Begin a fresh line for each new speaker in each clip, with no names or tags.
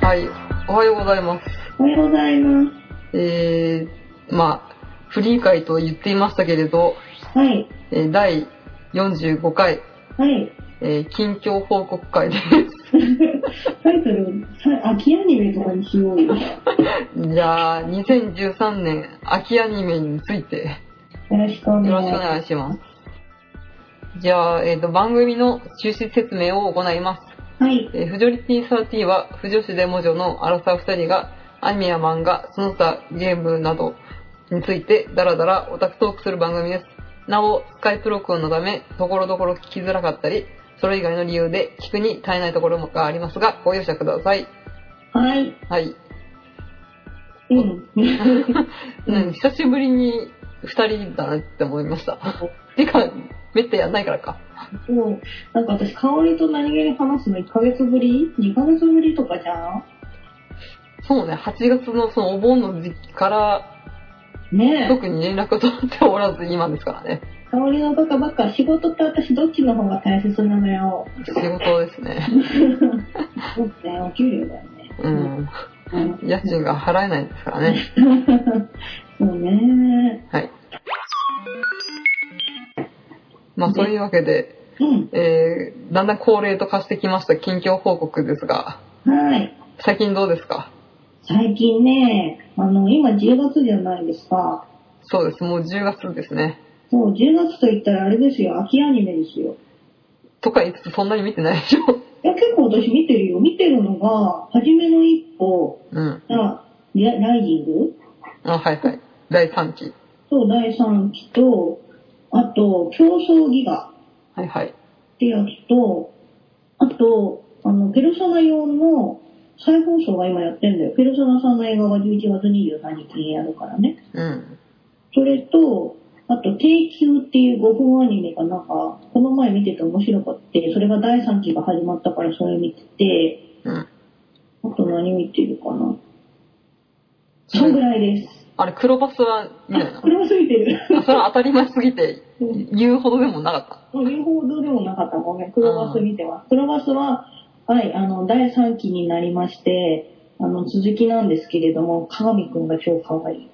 はい、おはようございます。
おはようございま
えー、まあ、フリー会と言っていましたけれど、
す。はい。
えー第45回、
はい。
えー近況報告会です。
タイトル、さ秋アニメとかにしようよ。よ
じゃあ、2013年秋アニメについて、
ろしくお願い
よ
し
ろし
ます。
くお願いします。じゃあ、えっ、と、番組の趣旨説明を行います。
はい。
えー、フジョリティ13は、不女子デモ女のアラサー2人が、アニメや漫画、その他ゲームなどについて、ダラダラオタクトークする番組です。なお、スカイプ録音のため、ところどころ聞きづらかったり、それ以外の理由で聞くに耐えないところもがありますが、ご容赦ください。
はい。
はい。
うん。
うん、久しぶりに2人だなって思いました。てか、めったやんないからか。
そう。なんか私、香りと何気に話すの1ヶ月ぶり ?2 ヶ月ぶりとかじゃん
そうね、8月のそのお盆の時期から
ねえ。
特に連絡を取っておらず今ですからね。
香りのバカバカ、仕事って私どっちの方が大切なのよ。
仕事ですね。
そうだよ、お給料だよね。
うん。
うん。
家賃が払えないですからね。
そうね。
はい。まあそういうわけで、
うん。
えー、だんだん恒例と化してきました近況報告ですが、
はい。
最近どうですか
最近ね、あの、今10月じゃないですか。
そうです、もう10月ですね。
そう、10月と言ったらあれですよ、秋アニメですよ。
とか言いつつそんなに見てないでしょ。
いや、結構私見てるよ。見てるのが、初めの一歩、
うん。
あラライジング
あ、はいはい。第3期。
そう、第3期と、あと、競争ギガ
はいはい。
ってやつと、あと、あの、ペルソナ用の再放送が今やってんだよ。ペルソナさんの映画が11月23日にやるからね。
うん。
それと、あと、定休っていう5分アニメがなんか、この前見てて面白かって、それが第3期が始まったからそれ見てて、
うん。
あと何見てるかな。そんぐらいです。
あれ、黒バスは見 ないな
こ。れは過ぎてる。
あそれは当たり前すぎて
うん
言うほどでもなかっ
もう言うほどでもなかった。ごめん。黒バス見てます。黒バスは、はい、あの、第3期になりまして、あの、続きなんですけれども、鏡くんが超可愛い。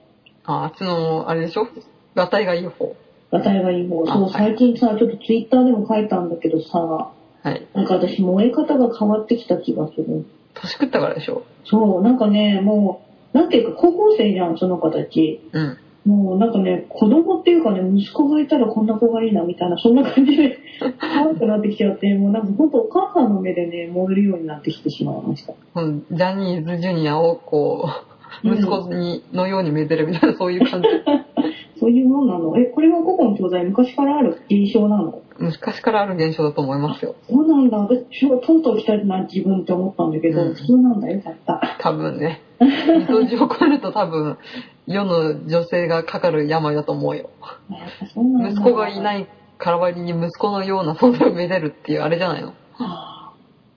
た。ああっちの、あれでしょガタイがいい方。
ガタイがいい方。そ
あはい
う、最近さ、ちょっとツイッターでも書いたんだけどさ、
はい。
なんか私燃え方が変わってきた気がする。
年食ったからでしょ
そう、なんかね、もう、なんていうか高校生じゃん、その子たち。
うん。
もうなんかね、子供っていうかね、息子がいたらこんな子がいいな、みたいな、そんな感じで、可愛くなってきちゃって、もうなんか本当お母さんの目でね、戻るようになってきてしまいました。
このジャニーズジュニアをこう、
うん
息子に、のようにめでるみたいな、そういう 感じ。
そういうもんなの。え、これは個々の教材昔からある印象なの
昔からある現象だと思いますよ。
そうなんだ。私はとうとう来たな、自分って思ったんだけど、
うん
普通なんだよ、かった。
多分 ね。みそじを超えると多分、世の女性がかかる病だと思うよ。
やっぱそうな んだ。
息子がいないい代わりに息子のような存在をめでるっていうあれじゃないの
はあ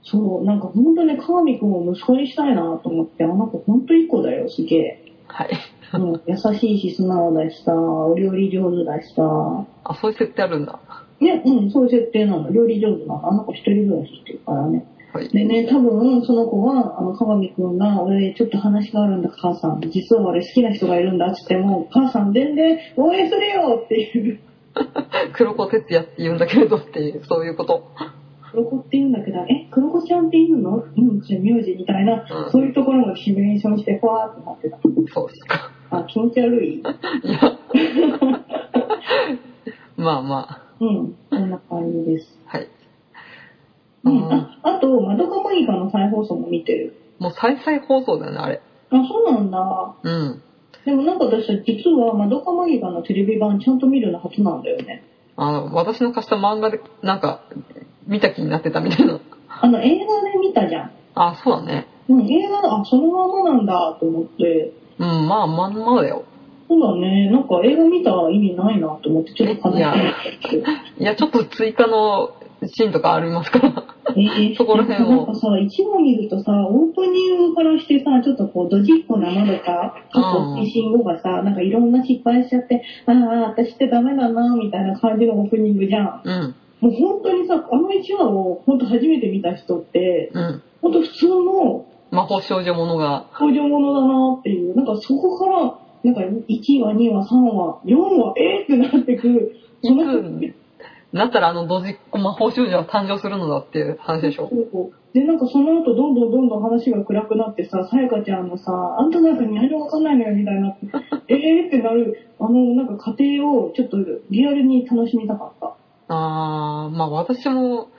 そう、なんか本当ね、川見くんを息子にしたいなと思って、あの子本当いい子だよ、すげえ。
はい。
もう優しいし素直だしさ、お料理上手だしさ。
あ、そういう設定あるんだ。
ね、うん、そういう設定なの。料理上手なの。あの子一人暮らししてるからね。
はい。
でね、多分、その子は、あの、鏡くんが、俺、ちょっと話があるんだ、母さん。実は俺好きな人がいるんだ、つっても、母さん全然応援するよっていう。
黒子哲也って言うんだけれどっていう、そういうこと。
黒子って言うんだけど、え、黒子ちゃんって言うのうん、じゃあ名字みたいな、
うん
そういうところもシミュレーションして、ふわーってなってた。
そうですか。
あ、気持ち悪い。
いや。 まあま
うん、そんな感じです。
あ、はい。う
うんん、ああと、マドカモニカの再放送も見てる。
もう再々放送だよね、あれ。
あ、そうなんだ。
うん。
でもなんか私は実はマドカマギガのテレビ版ちゃんと見るの初なんだよね。
あの、私の貸した漫画で、なんか、見た気になってたみたいな。
あの映画で見たじゃん。
あ、そうだね。
うん、映画の、あ、そのままなんだと思って。
うん、まあ、まんまだよ。
そうだね、なんか映画見た意味ないなと思ってちょっと悲しいんですけど。
いや、ちょっと追加のシーンとかありますから。
えー
そこら辺を
なんかさ、一番いるとさ、オープニングからしてさ、ちょっとこう、ドジっ子なまどか、過去配信後がさ、なんかいろんな失敗しちゃって、ああ、私ってダメだな、みたいな感じのオープニングじゃん。
うん、
もう本当にさ、あの1話を本当初めて見た人って、
うん。
本当普通の
魔法少女ものが、
登場者だなっていう、なんかそこから、なんか1話、2話、3話、4話、えー、ってなってく、
い
その
つ、なったらあのドジっ子魔法少女は誕生するのだっていう話でしょ。
で、なんかその後どんどんどんどん話が暗くなってさ、さやかちゃんのさ、あんたなんか何もわかんないのよみたいな、えーってなる、あの、なんか家庭をちょっとリアルに楽しみたかった。
あー、まあ私も、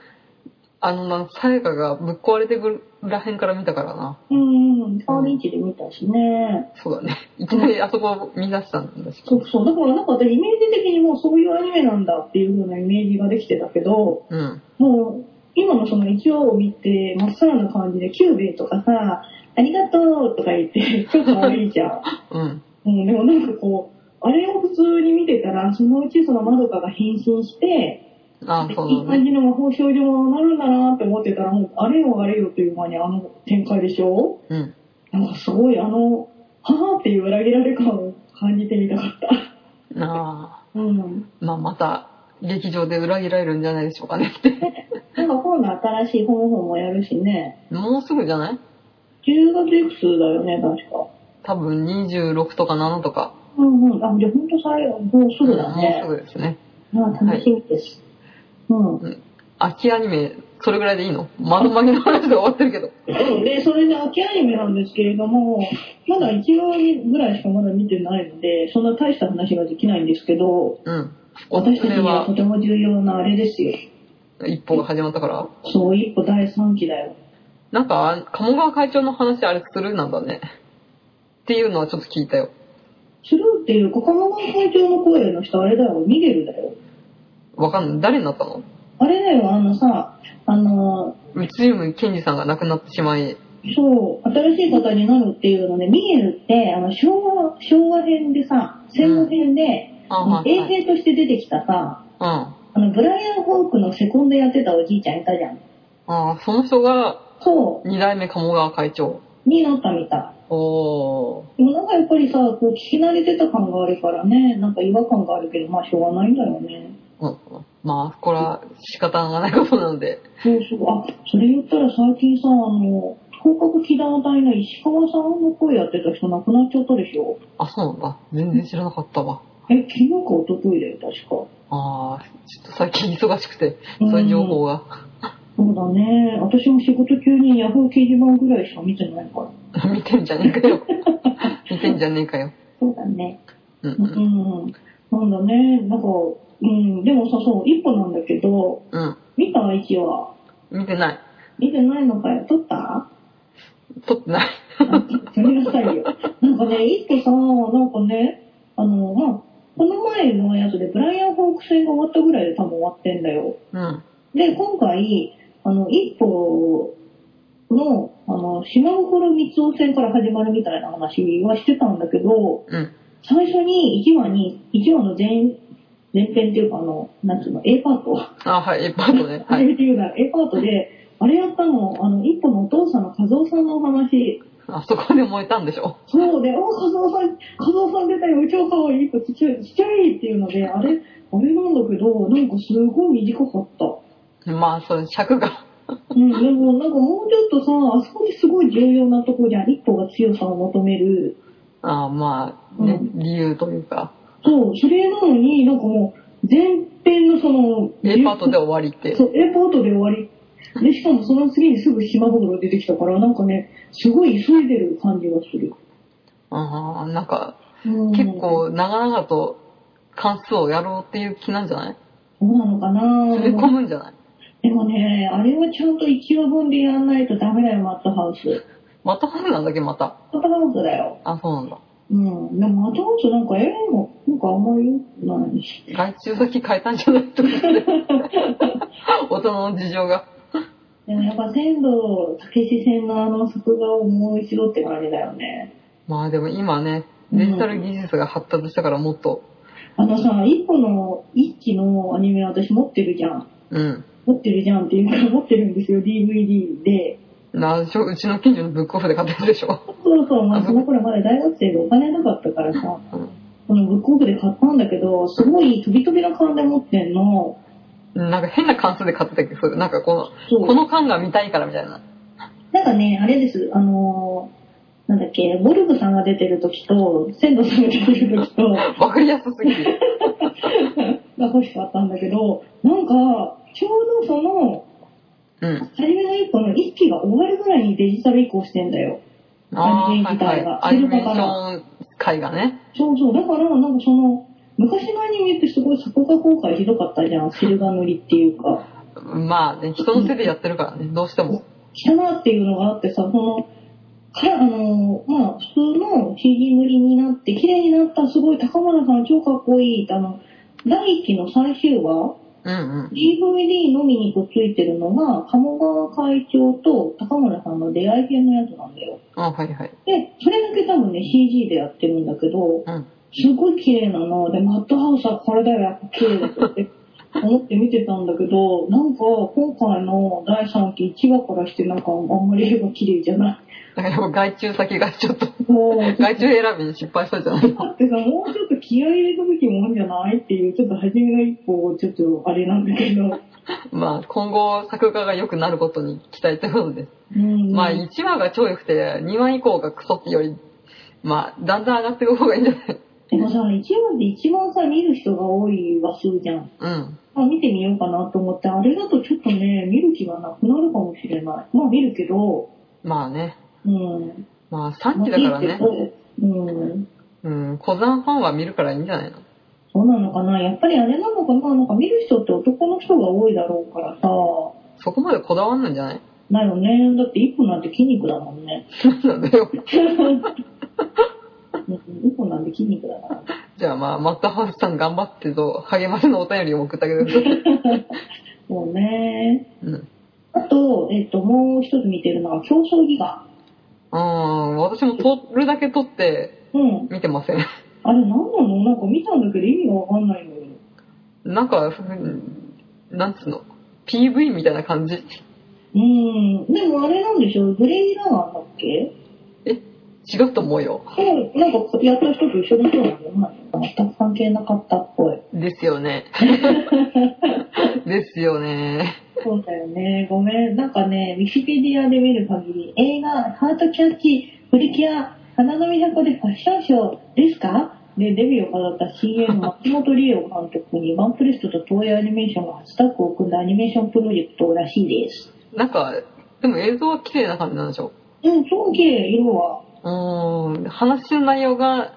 あのな、さやかがぶっ壊れてくるらへんから見たからな。
うんうん、サーリンチで見たしね。
そうだね。いきなりあそこを見出したんだし。
そうそう、だからなんか私イメージ的にもうそういうアニメなんだっていう風なイメージができてたけど、
うん。
もう、今のその一話を見て、真っさらな感じで、キューベイとかさ、ありがとうとか言って、ちょっと悪 いじゃん。
うん。
うん、でもなんかこう、あれを普通に見てたら、そのうちそのまどかが変身して、
あ
い
ー、
い
そうだね。
感じの魔法少女もなるんだなって思ってたら、もうあれよあれよという間にあの展開でしょ
うん。
なんかすごいあの、はぁっていう裏切られ感を感じてみたかった。
あ
うん。
ー、まあまた、劇場で裏切られるんじゃないでしょうかねって。
なんか今度新しいホモホもやるしね、
もうすぐじゃない
10月いくつだよね、確か。
多分26とか7とか。
うんうん。あ、じゃあほんと最後、もうすぐだね
も。うすぐですね。
まあ楽しみです。うん。
秋アニメ、それぐらいでいいの窓曲げの話で終わってるけど。
うんで、それで秋アニメなんですけれども、まだ1話ぐらいしかまだ見てないので、そんな大した話ができないんですけど、
うん。
私たち
それ
には
は
とても重要なあれですよ。
一歩が始まったから。
そう、一歩第3期だよ。
なんか、あ鴨川会長の話あれするなんだね。っていうのはちょっと聞いたよ。
スルーっていうか、鴨川会長の声の人、あれだよ、ミゲルだよ。
わかんない。誰になったの
あれだよ、あのさ、あの、
内海健二さんが亡くなってしまい。
そう、新しい方になるっていうので、ミゲルって、あの、昭和、昭和編でさ、戦後編で、
あ、
あの
はい、
衛
はい。
兵として出てきたさ、
うん。あ
あの、ブライアン・ホークのセコンドやってたおじいちゃんいたじゃん。
あ、その人が
そ
二代目鴨川会長。
う、になったみたい。
おー。
でもなんかやっぱりさ、こう聞き慣れてた感があるからね、なんか違和感があるけど、まあしょうがないんだよね。
うん、まあ、これは仕方がないことなので。
そうそう。あ、それ言ったら最近さ、あの、広角機動隊の石川さんの声やってた人亡くなっちゃったでしょ
あ、そうなんだ。全然知らなかったわ。
え、昨日か一昨日だよ、確か。
ああ、ちょっと最近忙しくて、そういう情報が。
うん。そうだね。私も仕事中にヤフー掲示板ぐらいしか見てないか ら。
見てんじゃねえ かよ。見てんじゃねえかよ。
そうだね。
うん
う。ん、なんだね、なんか、うん、でもさ、そう、一歩なんだけど、
うん。
見た一話。
うん。見てない。
見てないのかよ、撮った
撮ってない。
やめなさいよ。なんかね、一歩さ、なんかね、あの、まあ、この前のやつでブライアン・ホーク戦が終わったぐらいで多分終わってんだよ。
うん。
で、今回、あの、一歩の、あの、島心三尾戦から始まるみたいな話はしてたんだけど、
うん。
最初に1話に、1話の前、前編っていうかあの、なんつうの、A パート、
あ、はい。え、パート ね。は
初
い。
めて言うな、A パートで、あれやったの、あの、一歩のお父さんの和夫さんのお話、
あそこで燃えたんでしょ。
そうで、お、和夫さん、和夫さん出たよ、超可愛い、一歩ちっちゃい、ちっちゃいっていうので、あれ、あれなんだけど、なんかすごい短かった。
まあ、その尺が。
うん、でもなんかもうちょっとさ、あそこにすごい重要なとこじゃん、一歩が強さを求める、
あまあ、ね
う、
理由というか、
そう、それなのになんかもう、前編のその、
A パートで終わりって。
そう、エポートで終わり。で、しかもその次にすぐ島袋が出てきたから、なんかね、すごい急いでる感じがする。
ああ、なんか、
うん
結。構、長々と、関数をやろうっていう気なんじゃない
そうなのか
詰め込
な
むんじゃない
でもね、あれはちゃんと1話分でやんないとダメだよ、マットハウス。
またハウなんだっけ、また。
マットハウスだよ。
あ、そうなんだ。
うん。でもマットハウスなんか映画も、なんかあんまり良くないし。
外注先変えたんじゃないとか って。大人の事情が。
でもやっぱ仙道たけし戦のあの作画をもう一度って感じだよね。
まあでも今ね、デジタル技術が発達したからもっと、
あのさ、一個の一期のアニメ私持ってるじゃん。
うん。
持ってるじゃんっていうか、持ってるんですよ、DVD で。
なんしょ、うちの近所のブックオフで買ったやつでしょ。
そうそう、まあ、その頃まだ大学生でお金なかったからさ、このブックオフで買ったんだけど、すごい飛び飛びな感で持ってんの。
なんか変な関数で買ってたけど、それなんかこの、
そう。
この缶が見たいからみたいな。
なんかね、あれです、あのーなんだっけ、ボルグさんが出てる時と、仙道さんが出てる時と、
わかりやすすぎる。
が欲しかったんだけど、なんか、ちょうどその、
うん。
アニメの一個の一期が終わるぐらいにデジタル移行してんだよ。
ああ、
アニメ
はい
自体
はい。
が
アニメーション界がね。
そうそう、だから、なんかその、昔のアニメってすごい作画公開ひどかったじゃん、シルバー塗りっていうか。
まあね、人の手でやってるからね、どうしても。
汚っていうのがあってさ、その、かあのー、まあ、普通の CG 塗りになって、綺麗になった、すごい、高村さん超かっこいい、あの、第一期の最終話、
うんうん。
DVD のみにくっついてるのが、鴨川会長と高村さんの出会い系のやつなんだよ。
あはいはい。
で、それだけ多分ね、CG でやってるんだけど、
うん
すごい綺麗なの。で、マッドハウスはこれだよ、やっぱ綺麗だぞ って思って見てたんだけど、なんか今回の第3期1話からしてなんかあんまり絵が綺麗じ ゃない。
だからもう外注先がちょっと、
もう、だ
外注選びに失敗したじゃない
ってさ、もうちょっと気合い入れた時もんじゃないっていう、ちょっと初めの一歩をちょっとあれなん だけど。
まあ、今後作画が良くなることに期待ということです。
うん。
まあ、1話が超良くて、2話以降がクソってより、まあ、だんだん上がっていく方がいいんじゃない
でもさ、1話で一番さ、見る人が多い話数じゃん。
うん。
まあ見てみようかなと思って、あれだとちょっとね、見る気がなくなるかもしれない。まあ見るけど、
まあね。
うん。
まあ、3
ま
期
あ
だから
いいけ
ね。
ど、うん。
うん、小山ファンは見るからいいんじゃないの
そうなのかな。やっぱりあれなのかな。なんか見る人って男の人が多いだろうからさ、
そこまでこだわんないんじゃない
だよね。だって一分なんて筋肉だもんね。
なんだよ。
うん一分なんて筋肉だから。
じゃあまあ、マットハウスさん頑張ってと、励ましのお便りを送ったけど、
そうね。
うん。
あと、えっと、もう一つ見てるのは競争ギガ。
うん、私も撮るだけ撮って
うん。
見てません。
あれ何なのなんか見たんだけど意味がわかんないのよ。
なんか、うんなんつうの ?PV みたいな感じ
うん。でもあれなんでしょグレイラガーだっけ
違うと思うよ。
もうなんかやった人と一緒にそうなんだよな。全く関係なかったっぽい。
ですよ ね。ですよね。
そうだよね。ごめん。なんかね、ウィキペディアで見る限り、映画、ハートキャッチ、プリキュア、花の都でファッションショーですかで、デビューを飾った CM 松本理恵監督にワンプレストと東映アニメーションが初タッグを組んだアニメーションプロジェクトらしいです。
なんか、でも映像は綺麗な感じなんでしょ
うん、超綺麗、色は。
うーん、話の内容が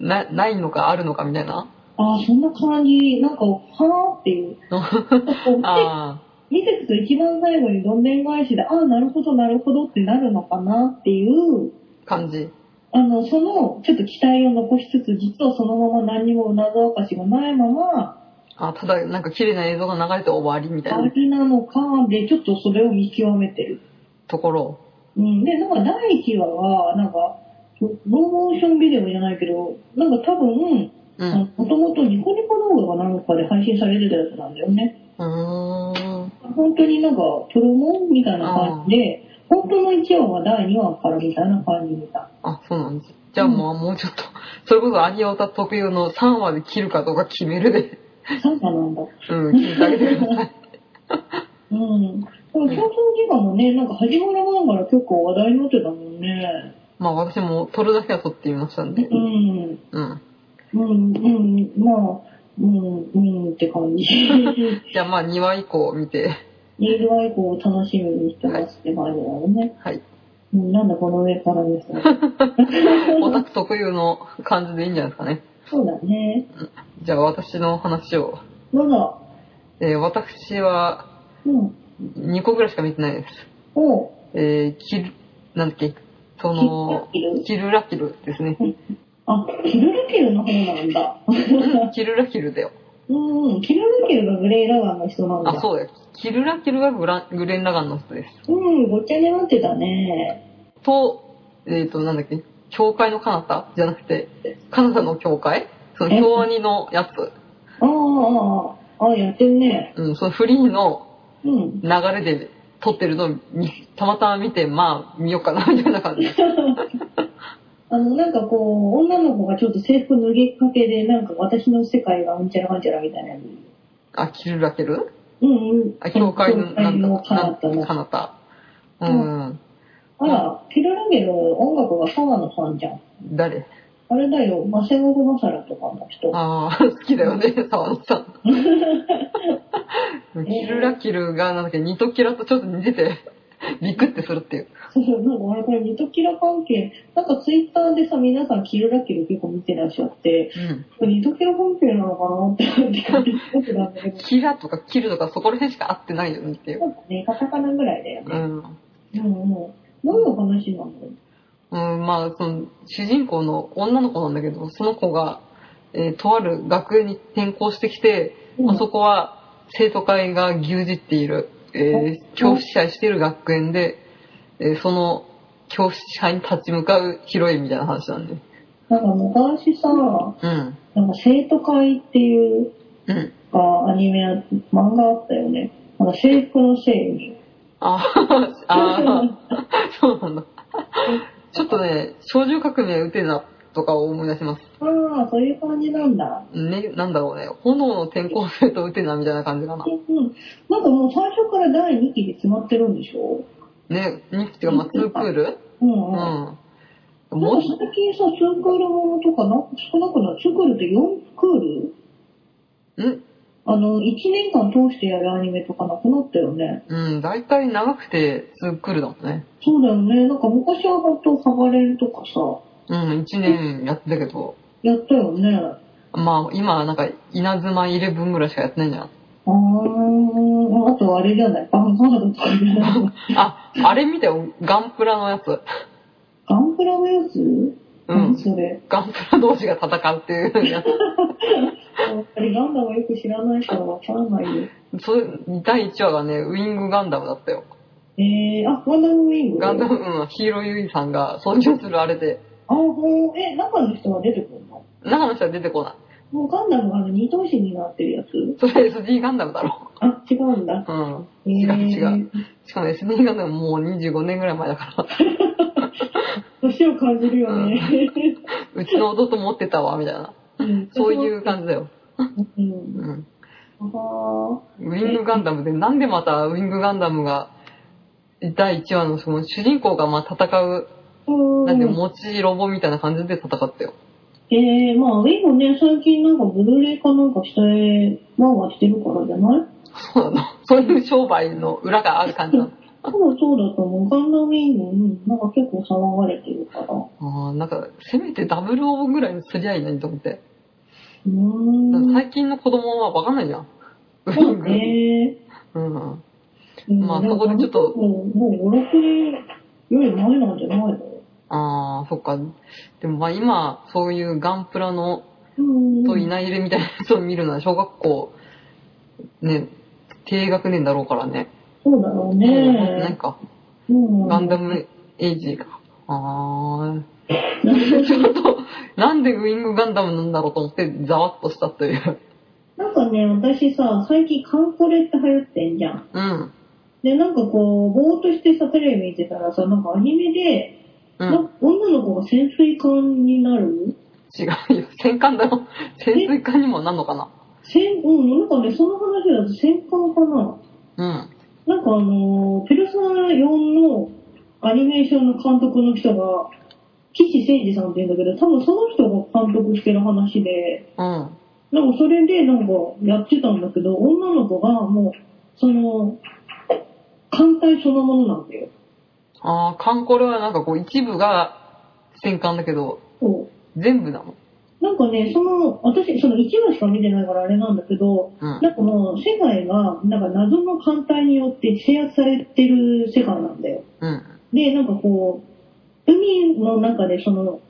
なないのかあるのかみたいな。
ああ、そんな感じ。なんか、はーっていう。
あ
見てくと一番最後にどんでん返しで、ああ、なるほど、なるほどってなるのかなっていう、
あ、感じ。
あの、その、ちょっと期待を残しつつ、実はそのまま何にもうなぞおかしがないまま、
あただ、なんか綺麗な映像が流れて終わりみたい
あ
な
れなのか、で、ちょっとそれを見極めてる。
ところ。
うん。で、なんか第1話は、なんか、ローモーションビデオじゃないけど、なんか多分、
う
あの
ん。
もともとニコニコ動画が何かで配信されてたやつなんだよね。
うーん。
本当になんか、プロモみたいな感じで、本当の1話は第2話からみたいな感じでた。
あ、そうなんです。じゃあもう、もうちょっと、それこそアニオタ特有の3話で切るかどうか決めるで、
3話なんだ。
うん、聞いてあげてくだ さい。
うん。でも、共闘ギガもね、なんか始まる前から結構話題になってたもんね。
まあ私も撮るだけは撮ってみましたんで。
うん。
うん。
うん、うん、まあ、うん、うんって感 じ。
じゃあまあ2話以降見て、
リールアイコンを楽しみにしてますって感じだよね。
はい。
うん、なんだこの上からです ね。
オタク特有の感じでいいんじゃないですかね。
そうだね。
じゃあ私の話を。
どうぞ。
えー私は
うん。
2個ぐらいしか見てないです。
おう。
えー、キル、なんだっけ、そ
キルラ
の、
キル
キルラキルですね。
あ、キルルキルの方なんだ。
キルラキルだよ。
うんうん、キルラキルがグレイラガーの人なんだ。
あ、そうだよ。キルラキルがグラングレン・ラガンの人です。
うん、ごっちゃになってたね。
と、えっ、と、なんだっけ、教会の彼方じゃなくて、彼方の教会その京アニのやつ。
ああ、ああ、ああ、やってるね。
うん、そのフリーの、
うん。
流れで撮ってるのを見たまたま見て、まあ見ようかな、みたいな感じ。
あの、なんかこう、女の子がちょっと制服脱ぎかけで、なんか私の世界がうんちゃらかんちゃらみたいなやつ。
あ、キルラケル
うんうん。
あ、教会の、なんだ、
教会の彼方
な
の
かなた。うん。
あら、キルラゲル音楽がサワのさんじゃん。
誰
あれだよ、マセゴゴマサラとかの人。
ああ、好きだよ ね、沢野さん。 キルラキルが、なんだっけ、ニトキラとちょっと似て て、ビクってするっていう。
そうそう、なんかあれこれニトキラ関係、なんかツイッターでさ、皆さんキルラキル結構見てらっしゃって、
うん。
ニトキラ関係なのかなって感じてたんだけど、
キラとかキルとかそこら辺しか合ってないよねっていう。
なんかね、カタカナぐらいだよ
う
ね。
ん。
うんうん。どういう話なの
うん、まあ、その、主人公の女の子なんだけど、その子が、えーとある学園に転校してきて、
うん
あそこは生徒会が牛耳っている、えー恐怖支配している学園で、えーその恐怖支配に立ち向かうヒロインみたいな話なんで。
なんか昔さ、
うん。
なんか生徒会っていう
うん。
かアニメ、漫画あったよね。なんか制服のせいに。
あ あー、そうなんだ。ちょっとね、少女革命ウテナとかを思い出します。
ああ、そういう感じなんだ。
ね、なんだろうね。炎の転校生とウテナみたいな感じかな。
うん。なんかもう最初から第2期で決まってるんでしょ
ね、2期っていうか、まあ、ツークール
うん
う
うん。
ん。も
なん
う
か、最近さ、ツークールものとかな少なくないツークールって4クール
ん
あの、1年間通してやるアニメとかなくなったよね。
うん、大体長くてツークールだもんね。
そうだよね。なんか昔は本当、ハガレンとかさ、
うん、1年やってたけど、
やったよね。
まあ、今はなんか、稲妻イレブンぐらいしかやってないんじゃん。
あー、あとあれじゃないバンガードとかじゃない
あ、あれ見たよ、ガンプラのやつ。
ガンプラのやつ
う
何
ん。
それ。
ガンプラ同士が戦うっていうやつ。
やっぱりガンダムよく知らないからわからないよ。
それ、第1話がね、ウィングガンダムだったよ。
えー、あ、ガンダムウィング
ガンダム、うん、ヒーローユイさんが操縦するあれで、
あ、ほん、え、中の人は出てくるの
中の人は出てこない。
もうガンダムがあの二等身になってるやつ
それ SD ガンダムだろ。
あ、違うんだ。
うん。
えー
違う違う。しかも SD ガンダムもう25年ぐらい前だから。
年を感じるよね。
うちの弟持ってたわ、みたいな。
うん
そういう感じだよ。
う。
うんん。
あは
ウィングガンダムで、なんでまたウィングガンダムが、第1話のその主人公がまあ戦う、
ーう
なんで
ん。
持ちロボみたいな感じで戦ったよ。
えー、まあ、ウィングね、最近なんかブルーレイかなんか下へ、ワンワンしてるからじゃない
そうなの。そういう商売の裏がある感じなの。
多分そうだと思う。ガンダムウィング、うん、なんか結構騒がれてるから。う
ああ、なんか、せめてダブルオーぐらいのすり合いないと思って。
ーん。
最近の子供はわかんないじゃん。ウィ
そう
ング。
ね。
うん。
うん
まあそこでちょっと
もう、もう5、6年より前なんじゃないの
ああ、そっか。でもまあ今、そういうガンプラの
うん。
といないれみたいなやつを見るのは小学校、ね、低学年だろうからね。
そうだろう
うんなん
ね。
か、
うん。
ガンダムエイジか。あー。ちょっと、なんでウィングガンダムなんだろうと思って、ざわっとしたという。
なんかね、私さ、最近カンコレって流行ってんじゃん。
うん。
で、なんかこう、ぼーっとしてさ、テレビ見てたらさ、なんかアニメで、
う
なん
ん。
か女の子が潜水艦になる
違うよ。 戦艦だろ。潜水艦にもなんのかな。
潜、うん、なんかね、その話だと戦艦かな
うん。
なんかあのー、ペルソナ4のアニメーションの監督の人が、岸誠二さんって言うんだけど、多分その人が監督してる話で、
うん。
なんかそれでなんかやってたんだけど、女の子がもう、その、艦隊そのものなんだよ。
あー、艦これはなんかこう一部が戦艦だけど、
そう。
全部なの。
なんかね、その、私、その一話しか見てないからあれなんだけど、
うん。
なんかもう世界が、なんか謎の艦隊によって制圧されてる世界なんだよ。
うん。
で、なんかこう、海の中でその、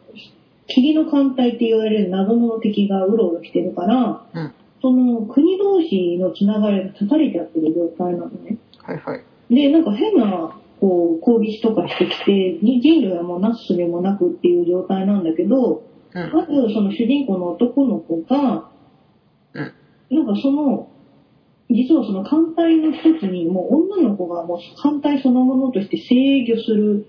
霧の艦隊って言われる謎の敵がうろうろしてるから、
うん
その国同士のつながりが断たれちゃってる状態なのね。
はいはい。
で、なんか変な、こう、攻撃とかしてきて、に人類はもうなすすべもなくっていう状態なんだけど、
うん。
まずその主人公の男の子が、
うん
なんかその実はその艦隊の一つに、もう女の子がもう艦隊そのものとして制御する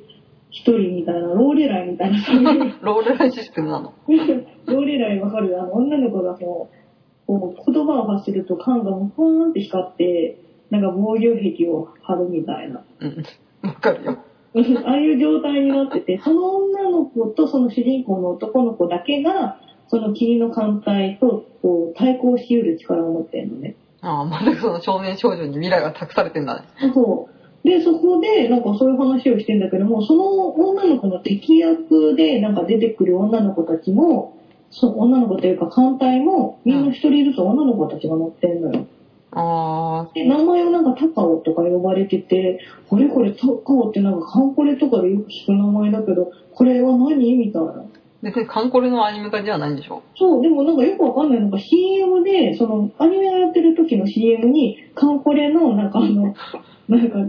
一人みたいな、ローレライみたいな、 そういう
ロールラインシステムなの。
ローレライわかるあの、女の子がこう、こう言葉を発すると缶がもうポーンって光って、なんか防御壁を張るみたいな。
うん。わかるよ。
ああいう状態になってて、その女の子とその主人公の男の子だけが、その霧の艦隊とこう対抗し得る力を持ってるのね。
ああ、またその少年少女に未来が託されてんだね。
そう。で、そこで、なんかそういう話をしてんだけども、その女の子の敵役で、なんか出てくる女の子たちも、そう、女の子というか艦隊も、みんな一人ずつ女の子たちが乗ってんのよ。
ああ、
で、名前をなんかタカオとか呼ばれてて、これこれタカオってなんかカンコレとかでよく聞く名前だけど、これは何みたいな。
別にカンコレのアニメ化ではないんでしょ
そう、でもなんかよくわかんないのが CM で、そのアニメをやってる時の CM に、カンコレのなんかあの、 なんか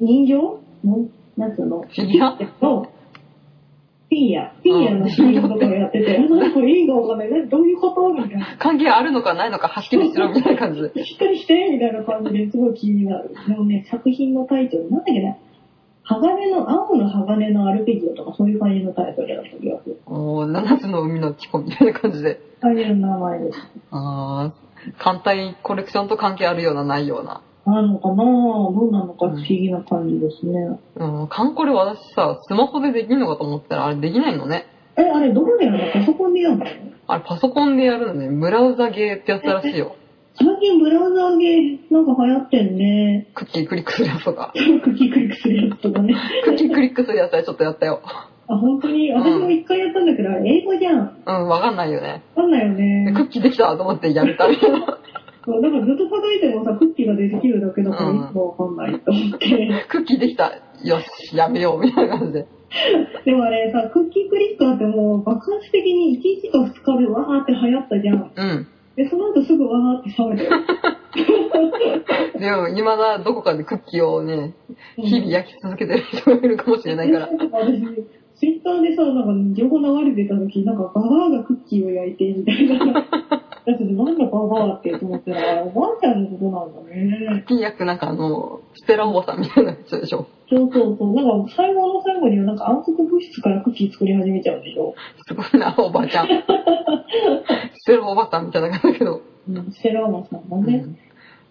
人形のなんつうの
フィギュア
の、フィギュア、フィギュアの CM とかをやってて、なんかこれ意味がわかんない。などういうことみたいな。
関係あるのかないのかはっきりしろみたいな感じで。
しっかりしてみたいな感じですごい気になる。でもね、作品のタイトル、なんだっけな、鋼の、青の鋼のアルペジオとかそういう感じのタイトルだった気がする。
おー、7つの海のチコみたいな感じで。
感じの名前です。
ああ、艦隊コレクションと関係あるような、ないような。
あるのかなどうなのか不思議な感じですね。
うん、カンコレ私さ、スマホでできんのかと思ったら、あれできないのね。
え、あれどこでやるのパソコンでやるの
あれパソコンでやるのね。ブラウザゲーってやつらしいよ。
最近ブラウザーゲーなんか流行ってんね。
クッキークリックするやつとか。
クキクリックするやつとかね。
クッキークリックするやつはちょっとやったよ。
あ、本当に私も一回やったんだけど、あれ英語じゃん。わ
うん、わかんないよね。
かんないよ
で
ね。
クッキーできたと思ってやめたみたいな。
そうだからずっと叩いてもさ、クッキーが出てきるだけだから、
うん
よくわかんないと思って。
クッキーできた。よし、やめよう、みたいな感じで。
でもあれさ、クッキークリッカーってもう爆発的に1日か2日でわーって流行ったじゃん。
うん。
で、その後すぐわーって冷めたよ。
でも、未だどこかでクッキーをね、日々焼き続けてる人がいるかもしれないから。
なんか 私、ツイッターでさ、なんか情報流れてた時、なんかババアがクッキーを焼いてみたいな。 だってなんだババアってと思ったら、おばあちゃんのことなんだね。
クッキー焼くなんかあの、ステラおばさんみたいな人でしょ。
そうそうそう。なんか最後の最後にはなんか暗黒物質からクッキー作り始めちゃうんでしょ。
すごいな、おばあちゃん。ステラおばさんみたいな感じだけど。
うん、ステラーマンさんが
う
ね。
ん、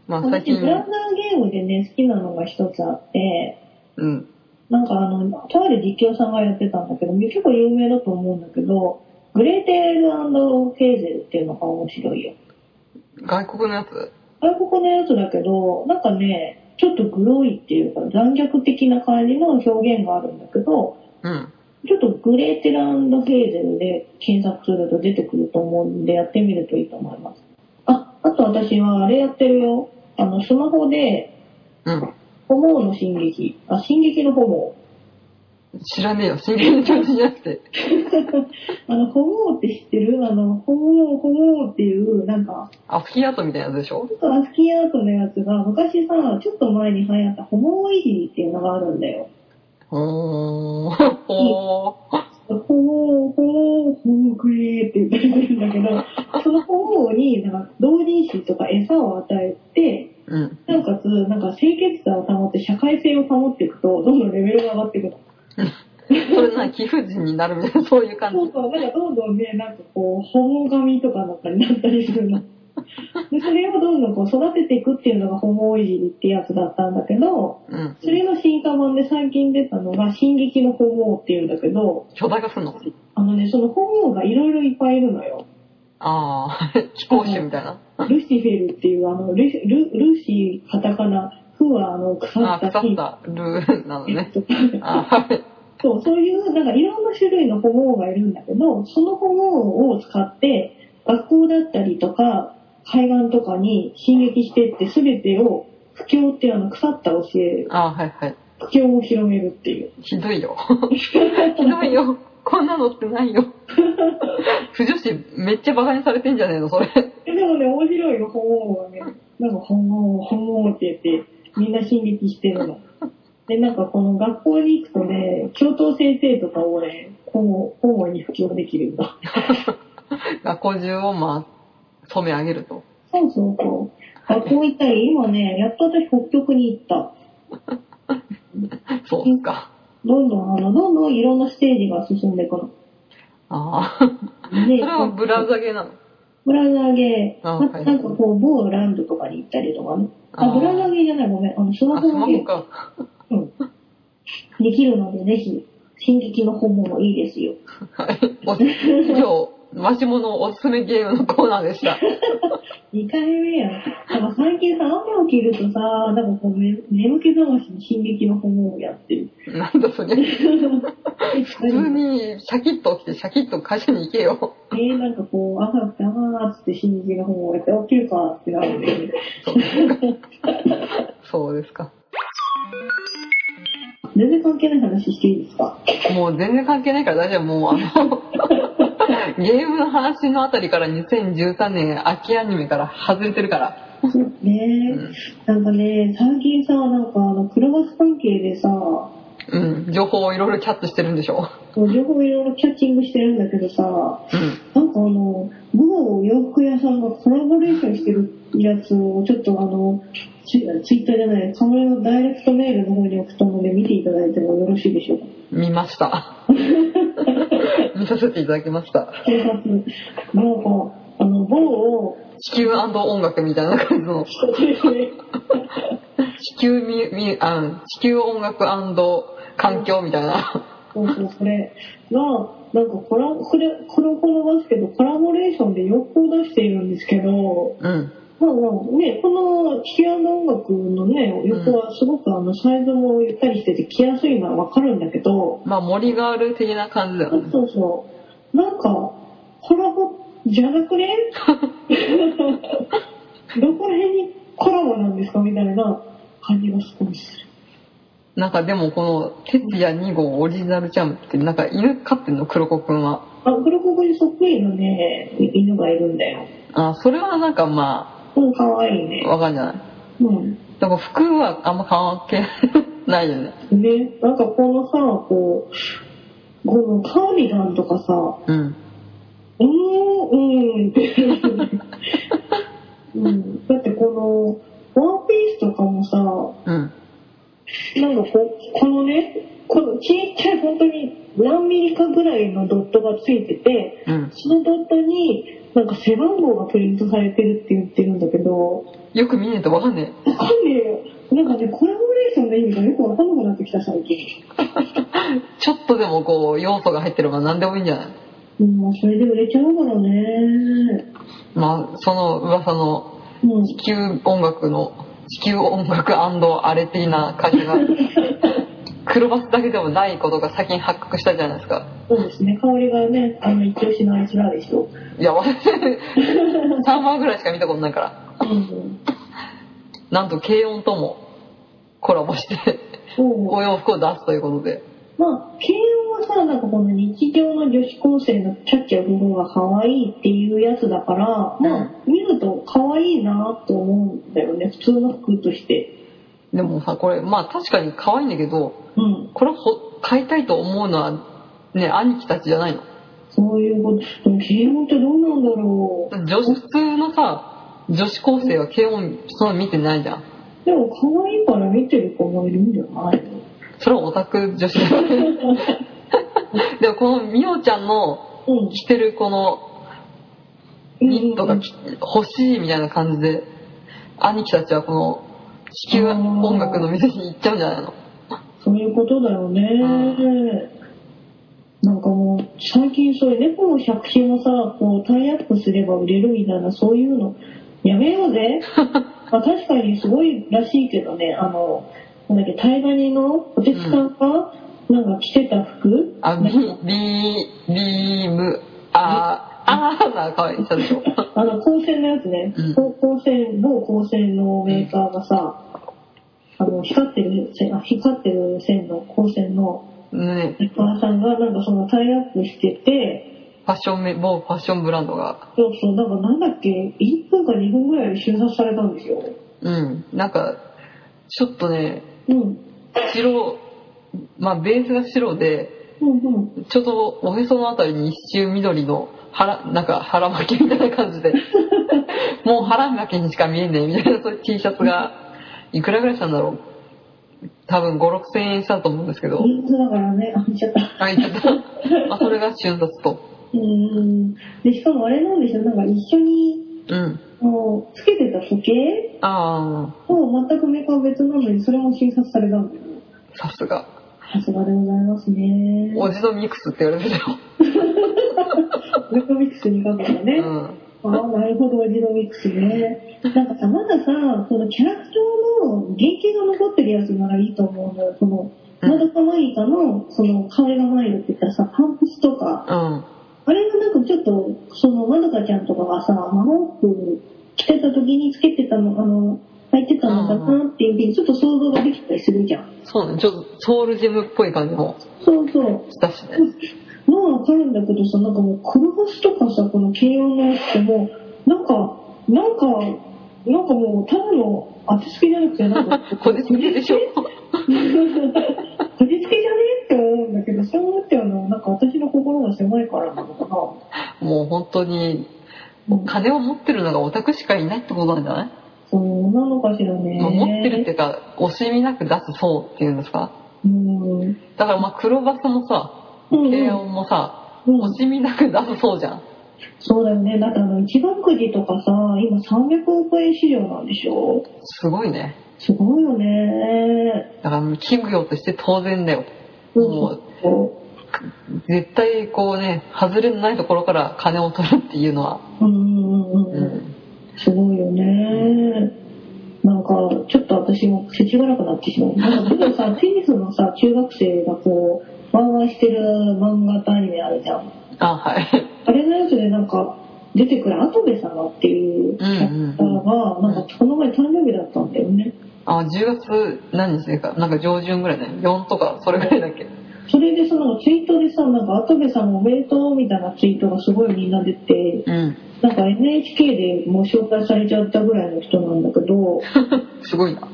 まあ、最
私、
近
ブ、ラウザーゲームでね、好きなのが一つあって、
うん。
なんかあの、とある実況さんがやってたんだけど、結構有名だと思うんだけど、グレーテールヘーゼルっていうのが面白いよ。
外国のやつ
外国のやつだけど、なんかね、ちょっとグロいっていうか残虐的な感じの表現があるんだけど、
うん。
ちょっとグレーテルヘーゼルで検索すると出てくると思うんで、やってみるといいと思います。あ、あと私はあれやってるよ。あの、スマホで、
うん。
ホモーの進撃。あ、進撃のホモー。
知らねえよ。真剣に調子じゃなくて。
あの、ホモーって知ってるあの、ホモー、ホモーっていう、なんか、
アスキーアートみたいなやつでしょ
ちょっとアスキーアートのやつが、昔さ、ちょっと前に流行ったホモーいじりっていうのがあるんだよ。
お ー。おー。
ホモー、ホモー、ホモークリーって言ってるんだけど、そのホモーに、なんか、同人誌とか餌を与えて、
うん。
なおかつ、なんか、清潔さを保って、社会性を保っていくと、どんどんレベルが上がっていくの。
それな、貴婦人になるみたいな、そういう感じ
そう。そう、なんかどんどんね、なんかこう、ホモ髪とかなんかになったりするの。で、それをどんどんこう育てていくっていうのがホモいじりってやつだったんだけど、
うん。
それの進化版で最近出たのが、進撃のホモっていうんだけど、
巨大化すんの
あのね、そのホモがいろいろいっぱいいるのよ。
あ ー。飛行士みたいな。
ルシフェルっていう、あの、ルシ、ルルシーカタカナ、フはあの、腐
あ
っ
ー、腐
た
っ
火
たルーなのね。
とか、
あー、はい。
そう、そういう、なんかいろんな種類の保護がいるんだけど、その保護を使って、学校だったりとか、海岸とかに進撃してって、すべてを、不況っていうあの、腐った教え、
あー、はいはい。
不況を広めるって いう。
ひどいよ。ひどいよ。こんなのってない よ。不女子めっちゃバカにされてんじゃねえの、それ。
えでもね、面白いよ、保護はね。なんか、保護、保護って言って、みんな進撃してるの。で、なんかこの学校に行くとね、教頭先生とかをね、保護、保護に布教できるんだ。
学校中をまあ、染め上げると。
そうそうそう。学校行ったり、今ね、やっと私北極に行った。
そうですか。
どんどん、あの、どんどんいろんなステージが進んでいくの。
ああ。そ
で
れはブラウザ系なの。
ブラウザーゲー、
あ
あと
はい
なんかこう、某ランドとかに行ったりとかね。あ、
あ
ブラウザーゲーじゃない、ごめん。あの、スマ
あ、
ホ
ス
の
マ
ゲー
ホ
ム
か。
できるので、ぜひ、進撃の本もいいですよ。
はい。おす以上、マシモのおすすめゲームのコーナーでした。
2回目やん。なんか最近さ、雨を着るとさ、なんかこう、ね、眠気覚ましに進撃の本をやってる。
なんだそれ。普通
え、
にシャキッと起きて、シャキッと会社に行けよ。
なんかこう、朝起きて、あーっつって進撃の本をやって、起きるかーってなるんだよね。
そうですか。そうですか。
全然関係ない話していいですか
もう全然関係ないから大丈夫。もうあ の、ゲームの話のあたりから2013年秋アニメから外れてるから。
そう
う
ね、
ん。
なんかね、最近さ、なんかあの、クロマス関係でさ、
うん、情報をいろいろキャッチしてるんでしょ。
こう情報いろいろキャッチングしてるんだけどさ、
うん。
なんかあの、某洋服屋さんがコラボレーションしてるやつを、ちょっとあの、ツイツイッターじゃない、カメラのダイレクトメールの方に送ったので見ていただいてもよろしいでしょうか。
見ま した。見させていただきました。
警察、なんか、あの、某を、
地球音楽みたいな感じの、地球み、み、あ地球音楽環境みたいな。
そうそう、これが、なんかコラボ、これ、これをこのバスケとコラボレーションで洋服を出しているんですけど、
うん。
まあまあね、この地球の音楽のね、横はすごくあのサイズもゆったりしてて着やすいのはわかるんだけど、
まあ森がある的な感じだよね。
そうそう。なんか、コラボじゃなくねどこら辺にコラボなんですかみたいな感じがすごいする。
なんかでもこの、徹夜2号オリジナルジャムって、なんか犬飼ってんの、黒子くんは。
あ、黒子にそっくりのね、犬がいるんだよ。
あ、それはなんかま
うん、かわいいね
あ、。わかんじゃない。
うん。
だから服はあんま関係ないよね。
ね、なんかこのさ、こう、このカーディガンとかさ、
うん。
うーん、うーんって、うん。だってこの、ワンピースとかもさ、
うん。
なんかこう、このね、このちっちゃい本当に何ミリかぐらいのドットがついてて、
うん。
そのドットになんか背番号がプリントされてるって言ってるんだけど、
よく見ねえとわかんね
わかんねえよ。なんかね、コラボレーションの意味がよくわかんなくなってきた最近。
え。ちょっとでもこう、要素が入ってれば何でもいいんじゃない
うん、まあそれで売れちゃうからね。
まあ、その噂の
うん、
地球音楽の、地球音楽あれ的な感じが、黒バスだけでもないことが最近発覚したじゃないですか。
そうですね。香りがね、あの、一押しの味なんでしょ。
いや、私、3番ぐらいしか見たことないから。
うん。
なんと軽音ともコラボして、
そう。
お洋服を出すということで。
まあ、慶応はさ、なんかこの日常の女子高生のキャッチャーの方が可愛いっていうやつだから、まあ、見ると可愛いなと思うんだよね。普通の服として。
でもさ、これ、まあ確かに可愛いんだけど、
うん。
これほ買いたいと思うのは、ね、兄貴たちじゃないの。
そういうこと。でも慶応ってどうなんだろう。
女子、普通のさ、女子高生は軽音、その見てないじゃん。
でも可愛いから見てる子もいるんじゃない
それはオタク女子だねでもこのみおちゃんの
うん。
着てるこのニットがき欲しいみたいな感じで兄貴たちはこの地球音楽の店に行っちゃうんじゃないの
そういうことだよね。なんかもう、最近そういう猫の百均をさ、こう、タイアップすれば売れるみたいな、そういうの、やめよ うぜ。まあ確かにすごいらしいけどね、あの、なんだっけ、タイガニのお手つかんか、なんか着てた服
あビビビームあーあーな可愛い人でしょ
あの、光線のやつね。
うん
こう光線、某光線のメーカーがさ、あの、光ってる線、あ光ってる線の光線の
ね
メーカーさんが、なんかそのタイアップしてて、
ファッションめ某ファッションブランドが
そうそう、なんかなんだっけ、1分か2分ぐらいで収殺されたんですよ。
うんなんかちょっとね
うん。
白まあベースが白で
うんうん。
ちょうどおへそのあたりに一周緑の腹、なんか腹巻きみたいな感じ で、もう腹巻きにしか見えねえみたいな、そういう T シャツが、いくらぐらいしたんだろう多分5、6千円したと思うんですけど、
人数だからね、 あ、見ちゃった。
あ、いっちゃった。まあ、それが瞬殺と。
うん。で、しかもあれなんでしょ、なんか一緒に、
うん。
もう、つけてた時計
あ
も全くメーカーは別なのに、それも診察されたんだよね。
あ、さすが。
さすがでございますね。
おじのミックスって言われてたよ。
メカミックスにかけたね。
うん。
ああ、なるほど、オジノミックスね。なんかさ、まださ、このキャラクターの原型が残ってるやつならいいと思うのよ。その、
うん
まどかマイカの、その、可愛がマイルって言ったさ、パンプスとか、
うん。
あれがなんかちょっと、その、まどかちゃんとかがさ、マロック着てた時につけてたの、あの、履いてたのかなっていうふうに、ちょっと想像ができたりするじゃん。
そうね、ちょっとソウルジムっぽい感じも
そうそう。
したし ね。、
まあわかるんだけどさ、なんかもう、黒星とかさ、この軽音のやつってもう、なんか、なんか、なんかもう、ただの当てつけじゃなくて、なんか
こじ つけでしょ
こじつけじゃねって思うんだけど、そう思ってはの、なんか私の心が狭いからなのかな。
もう本当に、
うん
金を持ってるのがオタクしかいないってことなんじゃない、
そうなのかしらね。
まあ持ってるっていうか、惜しみなく出す層っていうんですか
うん。うん。
だからまあ黒バスもさ、
うん
軽音もさ、
うん
惜しみなく出す層じゃん。
そうだよね。だってあの、一番くじとかさ、今300億円市場なんでしょ
すごいね。
すごいよね。
だからもう企業として当然だよ。も
うん
う、絶対こうね、外れのないところから金を取るっていうのは、
うんうんうん
う
うん。
ん。
すごいよね。なんか、ちょっと私も世知辛くなってしまう。なんか、でもさ、テニスのさ、中学生がこう、ワンワンしてる漫画とアニメあるじゃん。
あ、はい。
あれのやつでなんか、出てくる跡部様っていうキャラクタ
ん
ーが、
うん
なんか、この前誕生日だったんだよね。
あ、10月何日か、なんか上旬ぐらいだよ。4とか、それぐらいだっけ。
それでそのツイートでさ、なんか、跡部様おめでとうみたいなツイートがすごいみんな出て、
うん。
なんか NHK でもう紹介されちゃったぐらいの人なんだけど、
すごいな。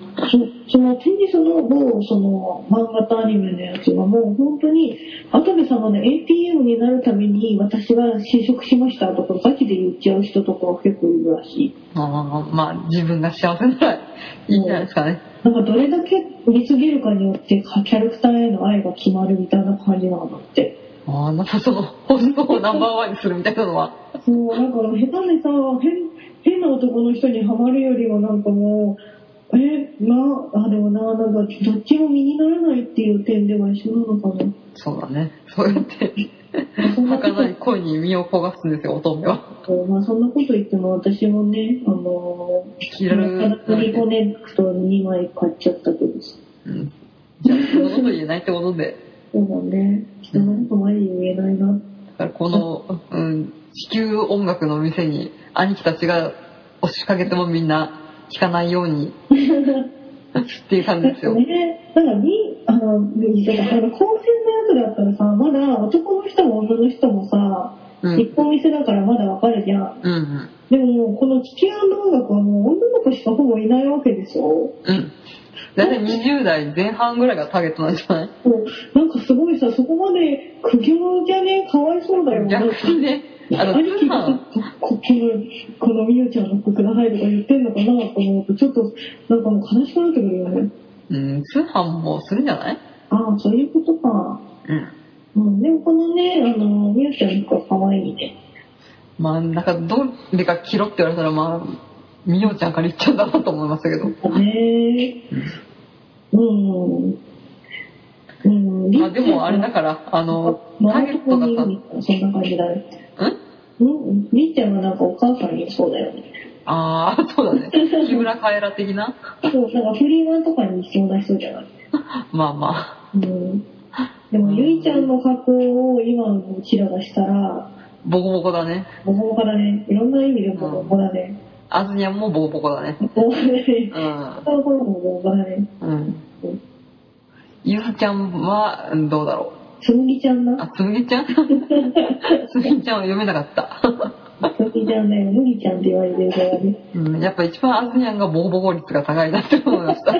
そそのテニスの某その漫画とアニメのやつはもう本当に跡部様の ATM になるために私は就職しましたとかガチで言っちゃう人とかは結構いるらしい
まあまあまあ、まあ、自分が幸せならいいんじゃないですかね。
なんかどれだけ見すぎるかによってかキャラクターへの愛が決まるみたいな感じなんだって
ああ、なんかその、ホストをナンバーワンにするみたいなのは。
そうなんか下手にさ変変な男の人にはまるよりはなんかもうえなあでもななんかどっちも身にならないっていう点では一緒なのかな
そうだね。そうやって、
そんなこと
儚い恋に身を焦がすんですよ、乙女は。
まあそんなこと言っても私もね、あの
い
ー、
ろいろ
カラクリコネクト2枚買っちゃったけどさ。
うん。じゃあ、そんなこと言えないってことで。
そうだね。人のこと前に言えないな。
だからこの、うん、地球音楽の店に兄貴たちが押しかけてもみんな聞かないようにっていう感じ
だっ
です
て
よ。
ね、なんかみ、あの、みだからあの高専のやつだったらさ、まだ男の人も女の人もさ、
うん。
一本店だからまだわかるじゃん。
うんうん。
でももうこの地球の音楽はもう女の子しかほぼいないわけでしょ
うん。だいたい20代前半ぐらいがターゲットなんじゃない
もうなんかすごいさ、そこまで苦行じゃねえかわいそうだよ。
逆にね、あの、
兄
通
貴が
販、
ここの、このみゆちゃんの子くださいとか言ってんのかなと思うと、ちょっと、なんかもう悲しくなってくるよね。
うん、通販もするんじゃない
ああ、そういうことか。
うん。
うん、でもこのね、あの、みゆちゃんの子は可愛いね。
まあ、なんか、どれか着ろって言われたら、まあ、みおちゃんかりっちゃんだなと思いましたけど。
ねうん。うん。
まあ、でもあれだから、あの、ターゲットがさ、ん
さ、そんな感じだね。うん、みゆちゃんはなんかお母さんにそうだよね。
ああ、そうだね。木村カエラ的な
そう、なんかフリーマンとかに必要な人じゃない。
まあまあ、
うん。でも、ゆいちゃんの格好を今のうちらがしたら、
ボコボコだね。
ボコボコだね。いろんな意味でボコボコだね。
アズニャンもボコボコだね。
ボコボコだね。
うん。
ボコボコボコだね。
うん。ゆずちゃんは、うんどうだろう。
つむぎちゃんな
あ、。つむぎちゃんつむぎちゃんは読めなかった。
つむぎちゃんだよ。むぎちゃんって言われてるからね。
うん、やっぱ一番アズニャンがボコボコ率が高いなって思いました。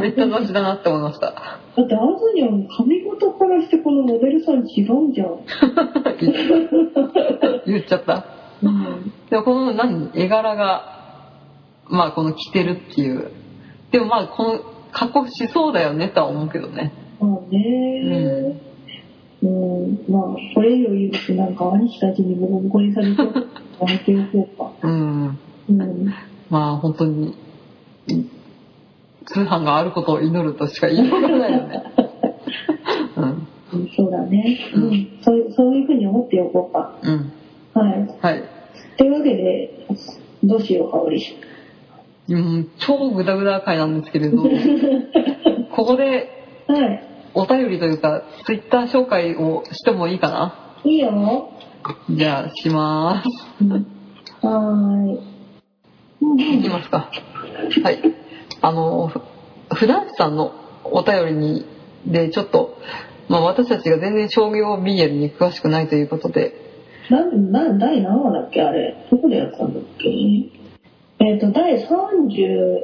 めっちゃ雑誌だなって思いました。
だって、アズニャン、髪型元からしてこのモデルさん違うんじゃん。
言っちゃった。
うん。
でもこの何絵柄がまあこの着てるっていうでもまあこの加工しそうだよねとは思うけどね
まあねうん、まあ、これ以上言うとなんか兄貴たちにボコボコにされちゃうからやめておこうか。
うん
うん。
まあ本当にい通販があることを祈るとしか言いようがないよねうん
そうだね。う。
うん
そういう、そういうふうに思っておこうか。
うん
はい。
はい
というわけで、どうしようか、おり。
うん超グダグダ回なんですけれ どここで
はい。
お便りというかツイッター紹介をしてもいいかない
いよ。
じゃあしまーす
はーい。うん
いきますか。はい。あの、ふ普段さんのお便りに、で、ちょっと、まあ私たちが全然商業 BL に詳しくないということで、
なん、なん、第何話だっけあれ。どこでやったんだっけえっ、と、第30、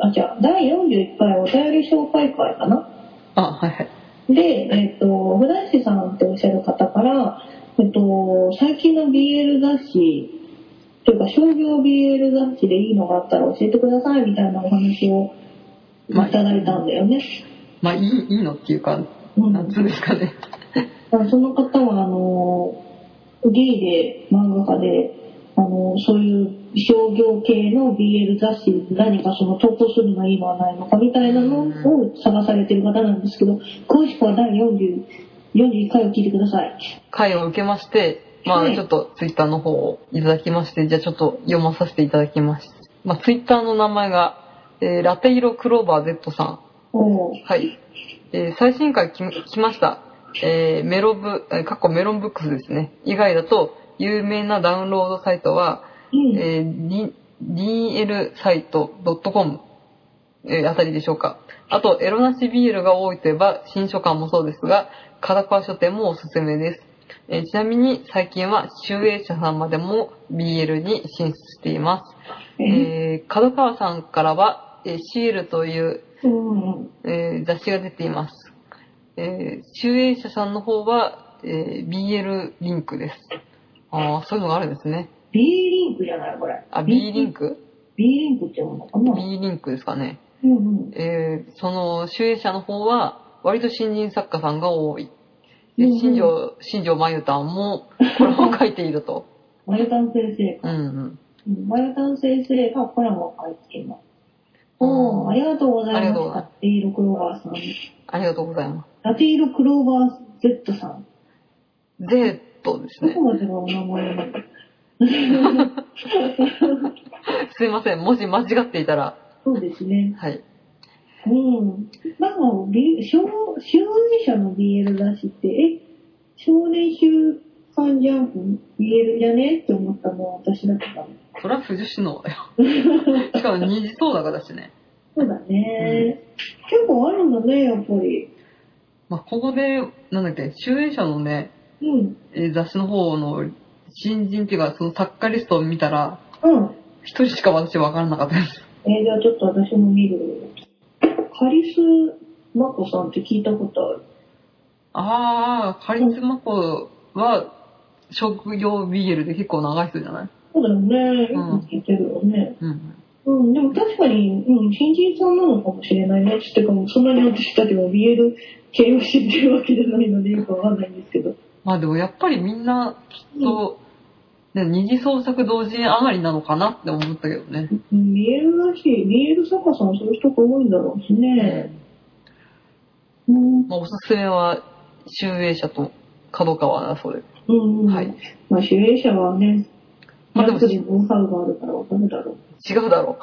あ、じゃ第41回お便り紹介会かな
あ、はいはい。
で、えっ、と、ふだしさんっておっしゃる方から、えっ、と、最近の BL 雑誌、というか、商業 BL 雑誌でいいのがあったら教えてくださいみたいなお話をい
まあ
ただいたんだよね。
まあいい、いいのっていうか、
うん
なんつうんですかね。
あその方はあのゲイで漫画家であのそういう商業系の BL 雑誌何かその投稿するのいいのはないのかみたいなのを探されてる方なんですけど詳しくは第40 41回を聞いてください。
会を受けまして、ま
は
あ
い
ちょっとツイッターの方をいただきまして、じゃあちょっと読まさせていただきます。まあツイッターの名前が、えーラテイロクローバー Z さん。
おう
はい。えー最新回き来ました。えーメロブ、えーかっこメロンブックスですね。以外だと、有名なダウンロードサイトは、
うん
えー D- DL サイト .com、えーあたりでしょうか。あと、エロなしビールが多いといえば、新書館もそうですが、片川書店もおすすめです。えーちなみに、最近は、集英社さんまでも BL に進出しています。
え
えー、角川さんからは、えーシールという
うん
えー雑誌が出ています。えー、集英社さんの方は、えー BL リンクです。ああ、そういうのがあるんですね。
B リンクじゃないこれ。
あ、B リン
ク
ク
?B リンクって読むのかな
?B リンクですかね。
うんうん
えーその、集英社の方は、割と新人作家さんが多い。
う
で、
んうん
新庄、新庄まゆたんも、これを書いている と。
マヨタン先生
うんうん。
うんマヨタン先生がコラムを書いています。おーありがとうござい
ありが
ま
とうご
し
ざいま
た。ラテイロクローバーさん。
ありがとうございます。
ラテイロクローバー Z さん。
Z です
ど
ね。
こまでがお名前なの
すいません。もし間違っていたら、
そうですね。
はい。
うん。なんか、B、少、少年者の BL 雑誌って、え、少年週刊ジャンプ BL じゃねって思ったのは私だったの。
これは不女子 のだよ。しかも二次創作だしね。
そうだね。結構あるんだね、やっぱり。
まあ、ここで、なんだっけ、集英社のね、
うん。
えー雑誌の方の新人っていうか、その作家リストを見たら、
うん。
一人しか私分からなかったです。
えー、じゃあちょっと私も見る。カリスマコさんって聞いたことある。
あー、カリスマ子は、職業 BL で結構長い人じゃない
そうだよね。
うん
よく聞いてるよね。
うん。
うん、でも確かに、うん、新人さんなのかもしれないね。つってかもうそんなに私たちも BL 系を知ってるわけじゃないのでよくわかんないんですけど。
まあでもやっぱりみんな、きっと、ね二次創作同時上がりなのかなって思ったけどね。
うん、BL だし、BL 作家さんそういう人が多いんだろうしね。うん、
まあ、おすすめは、集英社と角川だそうです。
うん、うん。
はい。
まあ、主演者はね、
まあでも
やっぱりノウハウがあるからわかるだろう。
違うだろ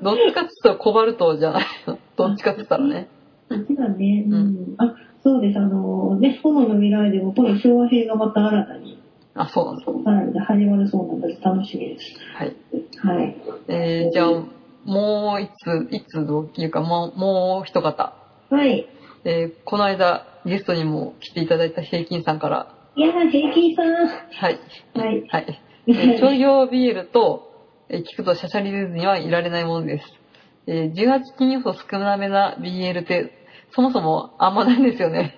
う。どっちかって言ったらコバルトじゃないの。どっちかって言ったらね。
こっちだね。う。
うん
あ、そうです。あの、ね、炎の未来でも、この昭和編がまた新たに、
あ、そうなんだ。
さらに始まるそうなので、楽しみです。
はい。
はい。
えー、じゃあ、もう一つ、一つというか、もう、もう一方。
はい。
えー、この間、ゲストにも来ていただいた平均さんから、
いやー、平均さん。
はい。
はい。
はい。えー、商業 BL と、えー聞くとシャシャリデズにはいられないものです。えー、18金要素少なめな BL って、そもそもあんまないんですよね。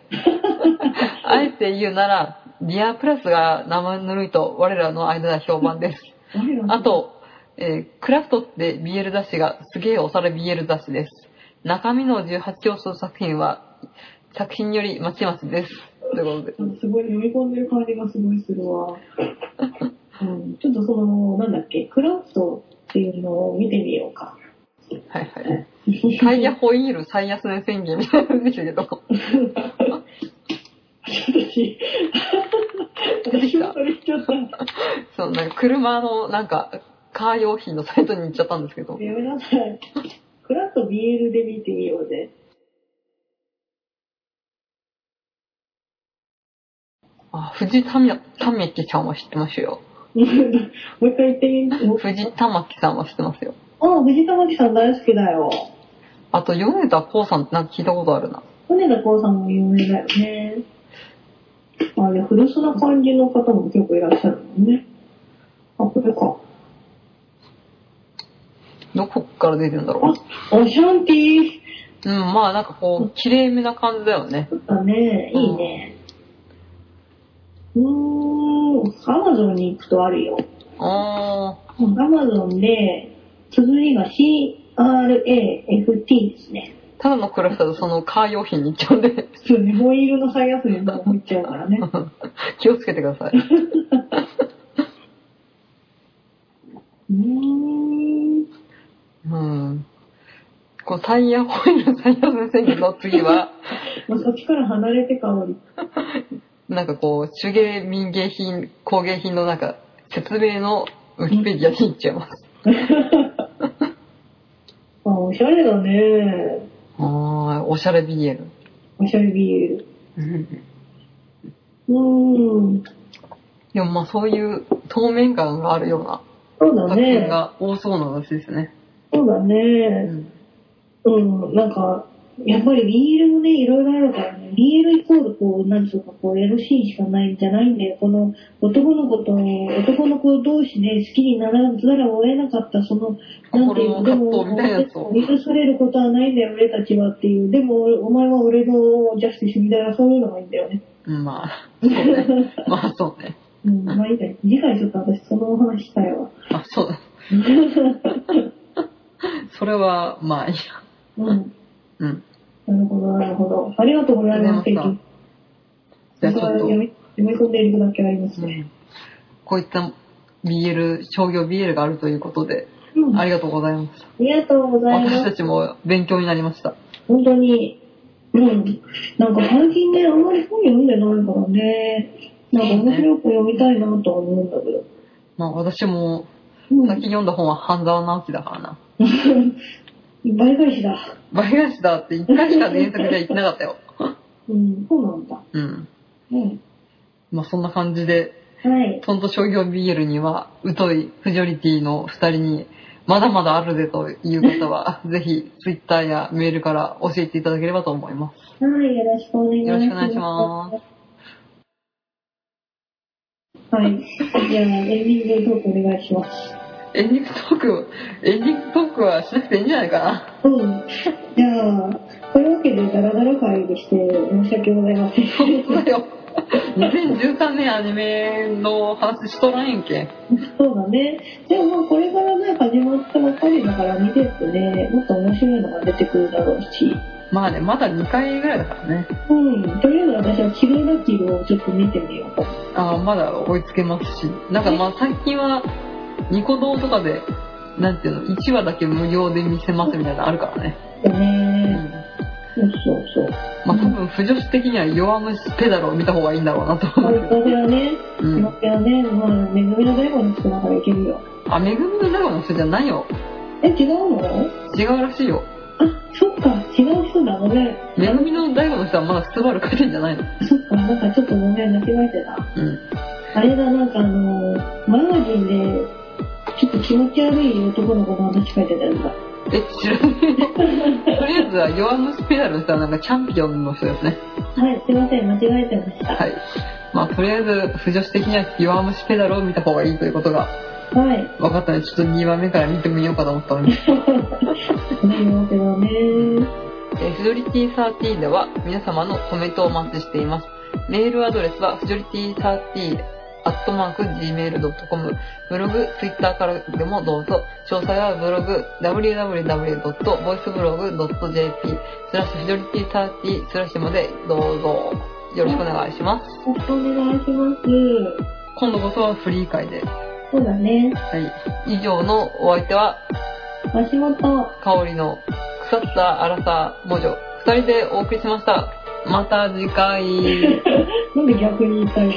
あえて言うなら、ディアプラスが生ぬるいと我らの間では評判です。
我らの
あ、と、えークラフトって BL 雑誌がすげえおさら BL 雑誌です。中身の18競争作品は、作品よりまちまちです。ということで。
なんかすごい飲み込んでる感じがすごいするわ。うん、ちょっとその、なんだっけ、クラフトっていうのを見てみようか。
はいはい。最悪ホイール最安値宣言みたいなのでしたけど。
私、私もそれ言っちゃった。
そう、なんか車の、なんか、カー用品のサイトに行っちゃったんですけど。
やめなさい。クラッと BL で見てみようぜ。
あ、藤田民樹さんは知ってますよ。
もう一回言ってみ よう。
藤田真樹さんは知ってますよ。
あ、藤田真希さん大好きだよ。
あと、米田光さんってなんか聞いたことあるな。
米田光さんも有名だよね。あれ、古巣な感じの方も結構いらっしゃるもんね。あ、これか。
どこから出てるんだろ
おシャンティ
う。う
ー
ん、まあなんかこう、綺麗めな感じだよね。
だね、いいね。うーん、アマゾンに行くとあるよ。
あ
アマゾンで、綴りが CRAFT ですね。
ー、ただのクラスだとそのカー用品に行っちゃうんで、
そうね、ホイールの最安値もう行っちゃうから ね。
気をつけてください。
うーん。
うん。こう、タイヤホイール最安値宣言の次は、
まあ、そっちから離れて香り。
なんかこう、手芸、民芸品、工芸品のなんか、説明のウィキペディアに行っちゃいます。
あ、おしゃれだね。
あー、おしゃれ BL。
おしゃれビール。
うん
うーん。
でもまあそういう透明感があるような
そうだ
作品
ね。
が多そうな話ですね。
そうだ
う
ね。
ん。
うん、なんか、やっぱりビールもね、いろいろあるからね。ビールイコールこう、なんとかこう、エロシーンしかないんじゃないんだよ。この、男の子と、男の子同士で好きにならざるを得なかった、その、なんていうの、で
心の葛藤み
も、
たいなやつを
許されることはないんだよ、俺たちはっていう。でも、お前は俺のジャスティスみたいな、そういうのがいいんだよね。
うんまあ、そうね。まあそうね。
うん、まあいいんだよ。次回ちょっと私、そのお話したいわ。
まあそう ね。それは、まあいいや。
うん。
うん。
なるほど、なるほど。ありがとうございま
あ
す、
りがとうございま
関
じゃあちょっ
読
と、
み読み込んでいるだけあります
う
ね。
んこういった BL、商業 BL があるということで、
うん
ありがとうございました。
ありがとうござい
私
ま
た
す。
ちも勉強になりました。
本当に、うん。なんか最近ね、あんまり本読んでないからね、なんか面白く読みたいなとは思うんだけど。
まあ私も、
うん。
さっき読んだ本は半沢直樹だからな。
倍返しだ。
倍返しだって一回しか原作じゃ言ってなかったよ。
うん、そうなんだ。
うん。
うん。
まあそんな感じで、
はい。
トント商業 BL には、疎いフジョリティの二人に、まだまだあるぜという方 は、ぜひ、ツイッターやメールから教えていただければと思います。
はい、よろしくお願いします。。
よろしくお願いします
はい。じゃあ、エンディングトークお願いします。
エンディングトーク、エンディングトークはしなくていいんじゃないかな。
うん。じゃあ、というわけでダラダラ会でして、申し訳ございません。
そうだよ。2013年アニメの話しとらんやんけ。
そうだね。でもまあこれからね、始まったばっかりだから見てってね、もっと面白いのが出てくるだろうし。
まあね、まだ2回ぐらいだからね。
うん。とりあえず私はキルラキルをちょっと見てみようか。
あーまだ追いつけますし。なんかまあ最近は、ニコ動とかで、なんていうの、1話だけ無料で見せますみたいなのあるからね。
だ
うん
ね。そうそうそう。
まあ多分、不女子的には弱虫ペダルを見た方がいいんだろうなと思
まあ、
うけど。
私はね、
うん。
私はね、まあ、めぐみの大悟の人だからいけるよ。
あ、めぐみのラゴの人じゃないよ。
え、違うの
違うらしいよ。
あ、そっか、違う人だ、ごめん。
めぐみの大悟の人はまだスバル書いてんじゃないの
そっか、なんかちょっとごめん、間違えてた。
うん。
あれだ、なんかあの、マガジンで、ちょっと気持ち悪い男の子の話書いてたやつだ。
え、知らない。 とりあえずは弱虫ペダルの人はなんかチャンピオンの人ですね。
はい、すいません、間違えてました。
はい。まあとりあえず、不女子的には弱虫ペダルを見た方がいいということが
はい。
分かったので、ちょっと2番目から見てみようかと思ったのに。
なるほどね。
えーフジョリティサーティーでは皆様のコメントをお待ちしています。メールアドレスは、フジョリティ30、アットマーク、gmail.com。ブログ、ツイッターからでもどうぞ。詳細はブログ、www.voiceblog.jp、スラッシュフジョリティ30、スラッシュまでどうぞ。よろしくお願いします。
よろしくお願いします。
今度こそはフリー会で。
そうだね。
はい。以上のお相手は、
足元、
香りの腐った荒さ文女、二人でお送りしました。また次回。
なんで逆に言ったんだ。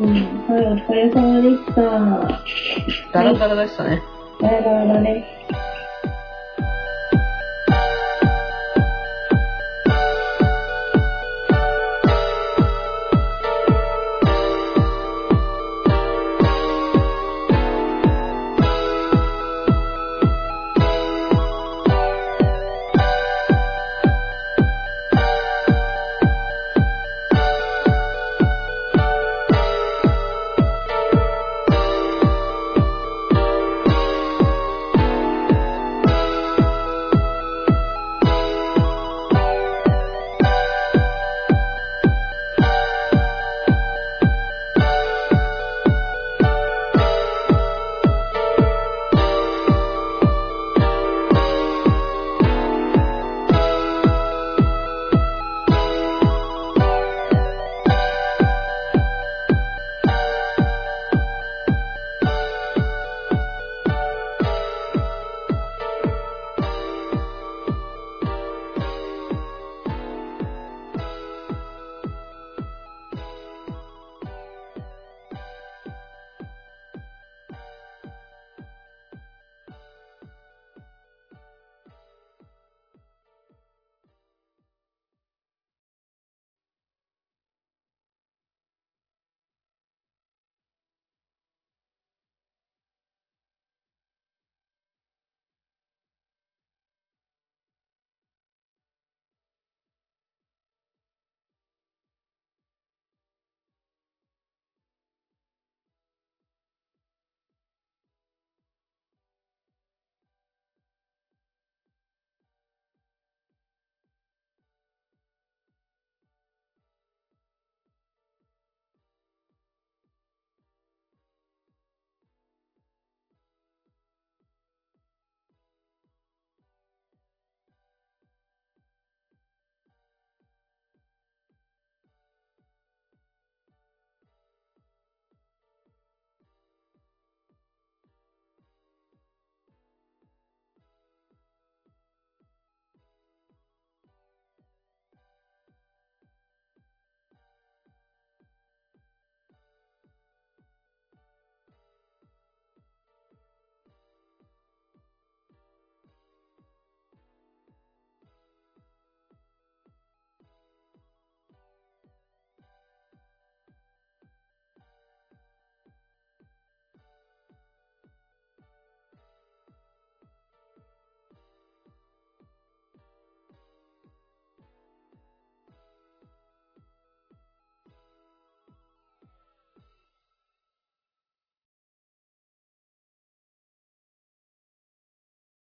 うん。はい、お疲れ様でした。
Tá ダラダラでしたね。
バイバイだね。